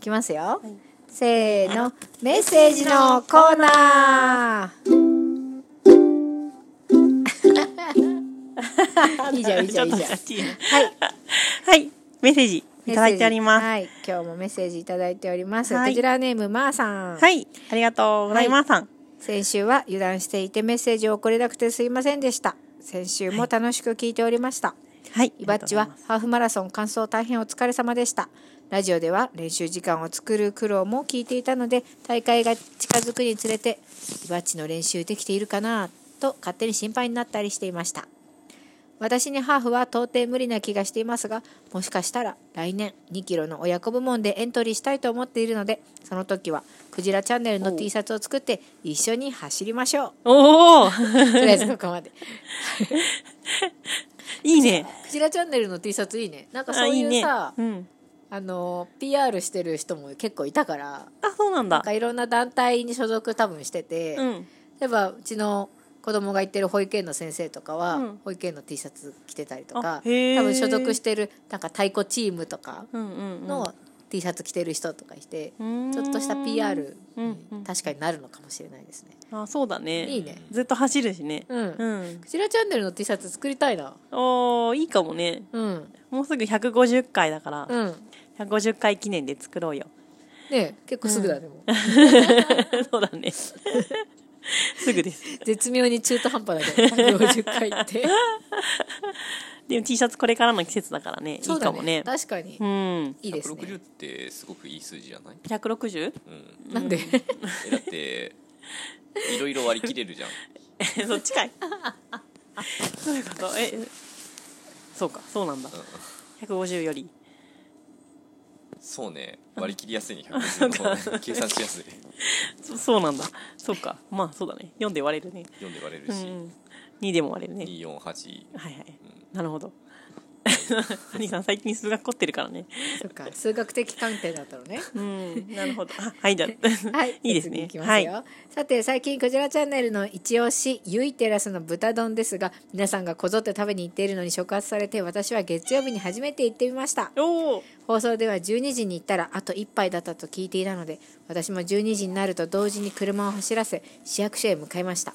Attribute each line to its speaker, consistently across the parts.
Speaker 1: きますよ、せーのメッセージのコーナ ーいいじゃんいいじゃんいいじゃんはい
Speaker 2: はい。メッセージいただいております。
Speaker 1: はい今日もメッセージいただいております、
Speaker 2: はい
Speaker 1: こちらネームまーさん、
Speaker 2: はい。ありがとうございます。さん
Speaker 1: 先週は油断していてメッセージを送れなくてすいませんでした先週も楽しく聞いておりました、
Speaker 2: はい。
Speaker 1: イバッチはハーフマラソン完走大変お疲れ様でしたラジオでは練習時間を作る苦労も聞いていたので大会が近づくにつれてイバッチの練習できているかなと勝手に心配になったりしていました私にハーフは到底無理な気がしていますがもしかしたら来年2キロの親子部門でエントリーしたいと思っているのでその時はクジラチャンネルの T シャツを作って一緒に走りましょう
Speaker 2: おお
Speaker 1: とりあえずここま で
Speaker 2: いいね。
Speaker 1: クジラチャンネルの T シャツいいねなんか
Speaker 2: あ、
Speaker 1: そう
Speaker 2: い
Speaker 1: い
Speaker 2: いうね。
Speaker 1: さ
Speaker 2: うん。
Speaker 1: あの PR してる人も結構いたから
Speaker 2: あ、そうなん
Speaker 1: なん
Speaker 2: だ
Speaker 1: か。いろんな団体に所属多分してて、
Speaker 2: うん。
Speaker 1: 例えばうちの子供が行ってる保育園の先生とかは、
Speaker 2: うん
Speaker 1: 保育園の T シャツ着てたりとか
Speaker 2: あへー
Speaker 1: 多分所属してるなんか太鼓チームとか
Speaker 2: うんうんうん。
Speaker 1: の T シャツ着てる人とかいて、
Speaker 2: うーん
Speaker 1: ちょっとした PR
Speaker 2: うんう
Speaker 1: に
Speaker 2: ん
Speaker 1: 確かになるのかもしれないですね。
Speaker 2: あ、そうだね。
Speaker 1: いいね
Speaker 2: ずっと走るしね。
Speaker 1: うん、
Speaker 2: うん。
Speaker 1: クジラチャンネルの T シャツ作りたいな。
Speaker 2: おおいいかもね。
Speaker 1: うん、
Speaker 2: もうすぐ150回だから、
Speaker 1: うん、ね
Speaker 2: 150回記念で作ろうよ。
Speaker 1: え結構すぐだね、もう
Speaker 2: そうだ ね。すぐです。
Speaker 1: 絶妙に中途半端 だけど150回って。
Speaker 2: でも T シャツこれからの季節だからね。いい
Speaker 1: そうだ
Speaker 2: かもね。
Speaker 1: 確かに、
Speaker 2: うん。
Speaker 1: いいです
Speaker 3: 160
Speaker 1: ね
Speaker 3: ってすごくいい数字じゃない、
Speaker 2: 160?
Speaker 3: うん、
Speaker 1: なんで
Speaker 3: えだって いろいろ割り切れるじゃん
Speaker 2: え そっ ちかいどういうことえそうかそうなんだ150より
Speaker 3: そうね割り切りやすいね150の方が計算しやすい
Speaker 2: そそうなんだそうかまあそうだね4で割れるね、
Speaker 3: 読んで割れる
Speaker 2: う
Speaker 3: し、
Speaker 2: ん、2でも割れるね
Speaker 3: 248
Speaker 2: はいはいなるほど ハニーさん最近数学凝ってるからね
Speaker 1: そっか数学的観点だったのね
Speaker 2: うんなるほどあはいじゃあ
Speaker 1: はい
Speaker 2: いいですね
Speaker 1: 次きますよ、
Speaker 2: は
Speaker 1: さて最近クジラチャンネルの一押しゆいテラスの豚丼ですが皆さんがこぞって食べに行っているのに触発されて私は月曜日に初めて行ってみました
Speaker 2: おお
Speaker 1: 放送では12時に行ったらあと1杯だったと聞いていたので私も12時になると同時に車を走らせ市役所へ向かいました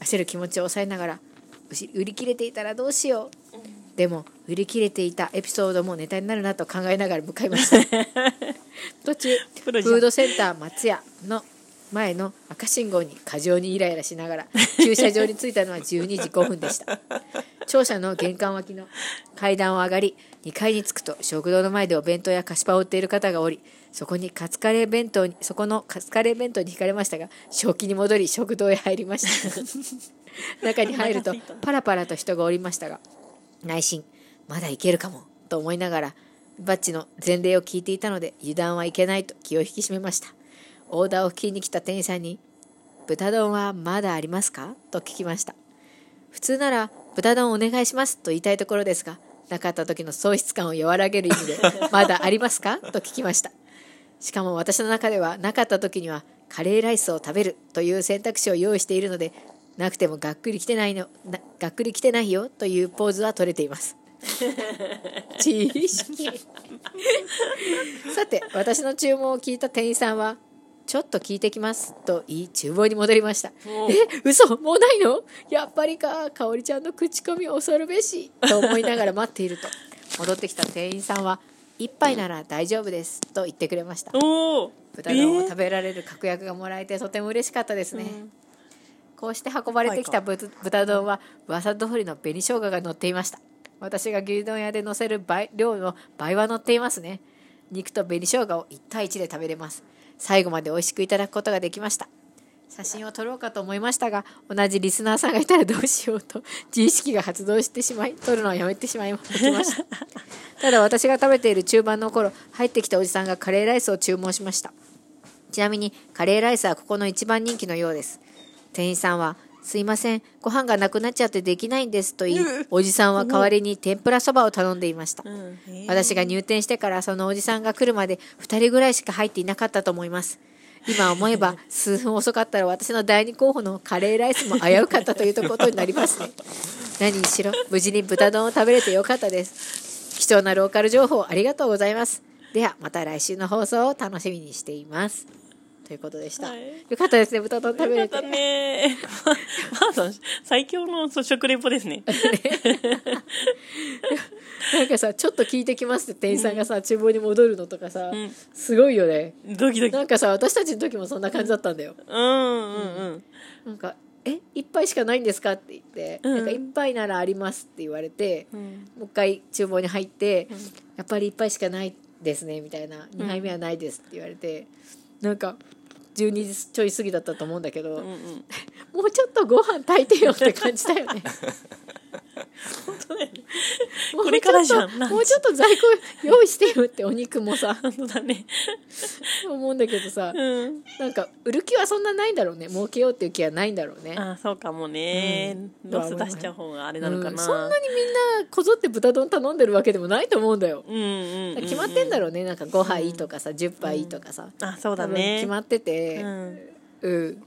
Speaker 1: 焦る気持ちを抑えながらうし売り切れていたらどうしようでも売り切れていたエピソードもネタになるなと考えながら向かいました 途中フ
Speaker 2: プロじゃん
Speaker 1: ードセンター松屋の前の赤信号に過剰にイライラしながら駐車場に着いたのは12時5分でした庁舎の玄関脇の階段を上がり2階に着くと食堂の前でお弁当や菓子パンを売っている方がおりそこにカツカレー弁当にそこのカツカレー弁当に惹かれましたが正気に戻り食堂へ入りました 中に入るとパラパラと人がおりましたが内心まだいけるかもと思いながらバッチの前例を聞いていたので油断はいけないと気を引き締めましたオーダーを聞きに来た店員さんに「豚丼はまだありますか?」と聞きました普通なら「豚丼お願いします」と言いたいところですがなかった時の喪失感を和らげる意味で「まだありますか?」と聞きましたしかも私の中ではなかった時にはカレーライスを食べるという選択肢を用意しているのでなくてもがっくりきてないのながっくりきてないよというポーズは取れています知識さて私の注文を聞いた店員さんは「ちょっと聞いてきます」と言い厨房に戻りました
Speaker 2: お
Speaker 1: え嘘もうないのやっぱりかかおりちゃんの口コミ恐るべしと思いながら待っていると戻ってきた店員さんは「一杯なら大丈夫です」と言ってくれました
Speaker 2: おお
Speaker 1: 豚丼を食べられる確約がもらえてとても嬉しかったですね、こうして運ばれてきたぶ豚丼は噂通りの紅生姜が乗っていました私が牛丼屋で乗せる倍量の倍は乗っていますね肉と紅生姜を1対1で食べれます最後まで美味しくいただくことができました写真を撮ろうかと思いましたが同じリスナーさんがいたらどうしようと自意識が発動してしまい撮るのをやめてしまいましたただ私が食べている中盤の頃入ってきたおじさんがカレーライスを注文しましたちなみにカレーライスはここの一番人気のようです店員さんは「すいませんご飯がなくなっちゃってできないんです」と言いおじさんは代わりに天ぷらそばを頼んでいました
Speaker 2: うんえー
Speaker 1: 私が入店してからそのおじさんが来るまで2人ぐらいしか入っていなかったと思います今思え ば数分遅かったら私の第二候補のカレーライスも危うかったということになりますね何しろ無事に豚丼を食べれてよかったです貴重なローカル情報ありがとうございますではまた来週の放送を楽しみにしていますということでした、
Speaker 2: はい
Speaker 1: よかったですね豚丼食べ
Speaker 2: よ
Speaker 1: れ
Speaker 2: か
Speaker 1: て
Speaker 2: ったね まあさん最強のそう食レポで すね
Speaker 1: なんかさちょっと聞いてきますって店員さんがさ、厨房に戻るのとかさ、
Speaker 2: うん
Speaker 1: すごいよね
Speaker 2: ドキドキ
Speaker 1: なんかさ私たちの時もそんな感じだったんだよ
Speaker 2: うんうんうん
Speaker 1: なんか「え一杯しかないんですか?」って言って「
Speaker 2: うん
Speaker 1: なんか一杯ならあります」って言われて、
Speaker 2: うん
Speaker 1: もう一回厨房に入って、
Speaker 2: ん
Speaker 1: やっぱり一杯しかないですねみたいな2杯目はないですって言われて、なんか12時ちょい過ぎだったと思うんだけど、
Speaker 2: うんうん
Speaker 1: もうちょっとご飯炊いてよって感じだよね
Speaker 2: 本当だよね
Speaker 1: もう
Speaker 2: これからじゃん
Speaker 1: ちょっともうちょっと在庫用意してよってお肉もさ
Speaker 2: 本当だね
Speaker 1: 思うんだけどさ
Speaker 2: うん
Speaker 1: なんか売る気はそんなないんだろうね儲けようっていう気はないんだろうね
Speaker 2: あそうかもね
Speaker 1: うん
Speaker 2: ロス出しちゃう方があれなのか
Speaker 1: うんそん
Speaker 2: な
Speaker 1: なにみんなこぞって豚丼頼んでるわけでもないと思うんだよ
Speaker 2: うんうんうん
Speaker 1: 決まってんだろうねなんか5杯とかさ10杯とかさ
Speaker 2: あそうだ
Speaker 1: 多分
Speaker 2: ね
Speaker 1: 決まってて
Speaker 2: うん
Speaker 1: うん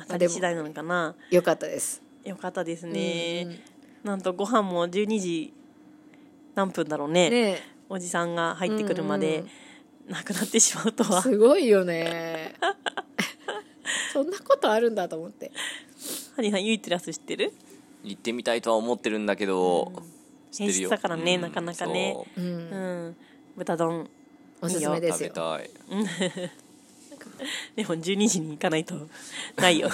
Speaker 2: 当たり次第なのかな
Speaker 1: よかったです
Speaker 2: よかったで
Speaker 1: う
Speaker 2: す
Speaker 1: んうん
Speaker 2: ねなんとご飯も12時何分だろうね
Speaker 1: ね
Speaker 2: おじさんが入ってくるま
Speaker 1: う
Speaker 2: で
Speaker 1: んうん
Speaker 2: なくなってしまうとは
Speaker 1: すごいよ ねそんなことあるんだと思って
Speaker 2: ハリーさんユイテラス知ってる
Speaker 3: 行ってみたいとは思ってるんだけど、知ってる
Speaker 2: 平日
Speaker 3: よ
Speaker 2: だからね
Speaker 3: うん
Speaker 2: なかなかね
Speaker 3: そう
Speaker 1: う
Speaker 2: うんん豚丼
Speaker 1: おすすめです
Speaker 3: 食べ
Speaker 1: よ
Speaker 3: たい
Speaker 2: でも12時に行かないとないよ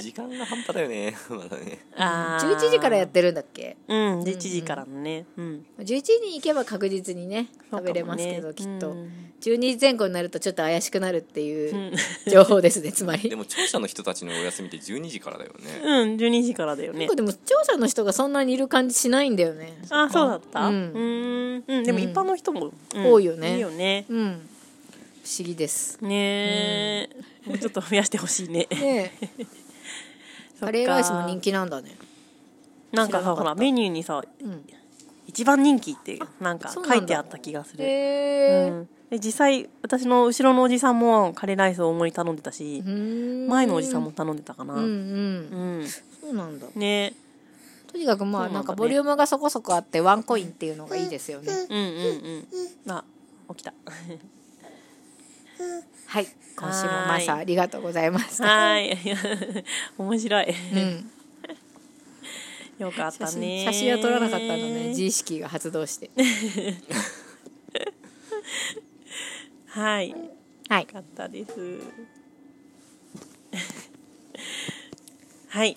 Speaker 3: 時間が半端だよね まだね
Speaker 2: あー
Speaker 1: 11時からやってるんだっけ
Speaker 2: うん11時からのねうん
Speaker 1: 11時に行けば確実にね食べれますけ
Speaker 2: そ
Speaker 1: ど
Speaker 2: うか
Speaker 1: き
Speaker 2: もね
Speaker 1: っと
Speaker 2: うん
Speaker 1: 12時前後になるとちょっと怪しくなるっていう
Speaker 2: うん
Speaker 1: 情報ですねつまり
Speaker 3: でも庁舎の人たちのお休みって12時からだよね
Speaker 2: うん12時からだよ
Speaker 1: 結
Speaker 2: ね
Speaker 1: 構でも聴者の人がそんなにいる感じしないんだよね
Speaker 2: あそうだったう
Speaker 1: うん
Speaker 2: んうんでも一般の人もうん
Speaker 1: 多いよね
Speaker 2: いいよね
Speaker 1: うん不思議 です
Speaker 2: ねえもうちょっと増やしてほし いね
Speaker 1: ねえ
Speaker 2: そっか
Speaker 1: カレーライスも人気なんだね
Speaker 2: なんか
Speaker 1: 知らなか
Speaker 2: さ
Speaker 1: った
Speaker 2: ほらメニューにさ
Speaker 1: うん
Speaker 2: 一番人気ってなんか
Speaker 1: そうなん
Speaker 2: 書
Speaker 1: だ
Speaker 2: いてあった気がする
Speaker 1: へ
Speaker 2: うんで実際私の後ろのおじさんもカレーライスを大盛り頼んでたし
Speaker 1: え
Speaker 2: 前のおじさんも頼んでたかな
Speaker 1: うんう
Speaker 2: うんん
Speaker 1: そうなんだ
Speaker 2: ね
Speaker 1: とにかくま
Speaker 2: そ
Speaker 1: あ
Speaker 2: うなんだね
Speaker 1: なんかボリュームがそこそこあってワンコインっていうのがいいですよね
Speaker 2: うんうんうんあ起きた
Speaker 1: はい今週もマサありがとうございました
Speaker 2: はーい 面白い
Speaker 1: うん
Speaker 2: よかった
Speaker 1: 写真
Speaker 2: ね
Speaker 1: 写真は撮らなかったのね自意識が発動して
Speaker 2: はいよ
Speaker 1: はい
Speaker 2: かったです はい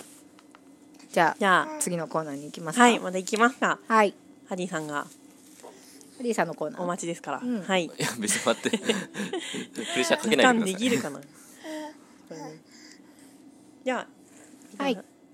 Speaker 1: じゃ
Speaker 2: じ
Speaker 1: あ
Speaker 2: ゃ
Speaker 1: 次のコーナーに行きます
Speaker 2: あ
Speaker 1: か
Speaker 2: はいまだ行きますか
Speaker 1: はい
Speaker 2: ハリーさんが
Speaker 1: リーさんのコーナ
Speaker 2: お
Speaker 1: ー
Speaker 2: 待ちですから、
Speaker 1: ん
Speaker 2: はい
Speaker 3: いや別 に待ってプレッシャーかけ
Speaker 2: 時
Speaker 3: ない
Speaker 2: 間
Speaker 3: でください
Speaker 2: できるかなじゃあ
Speaker 1: はい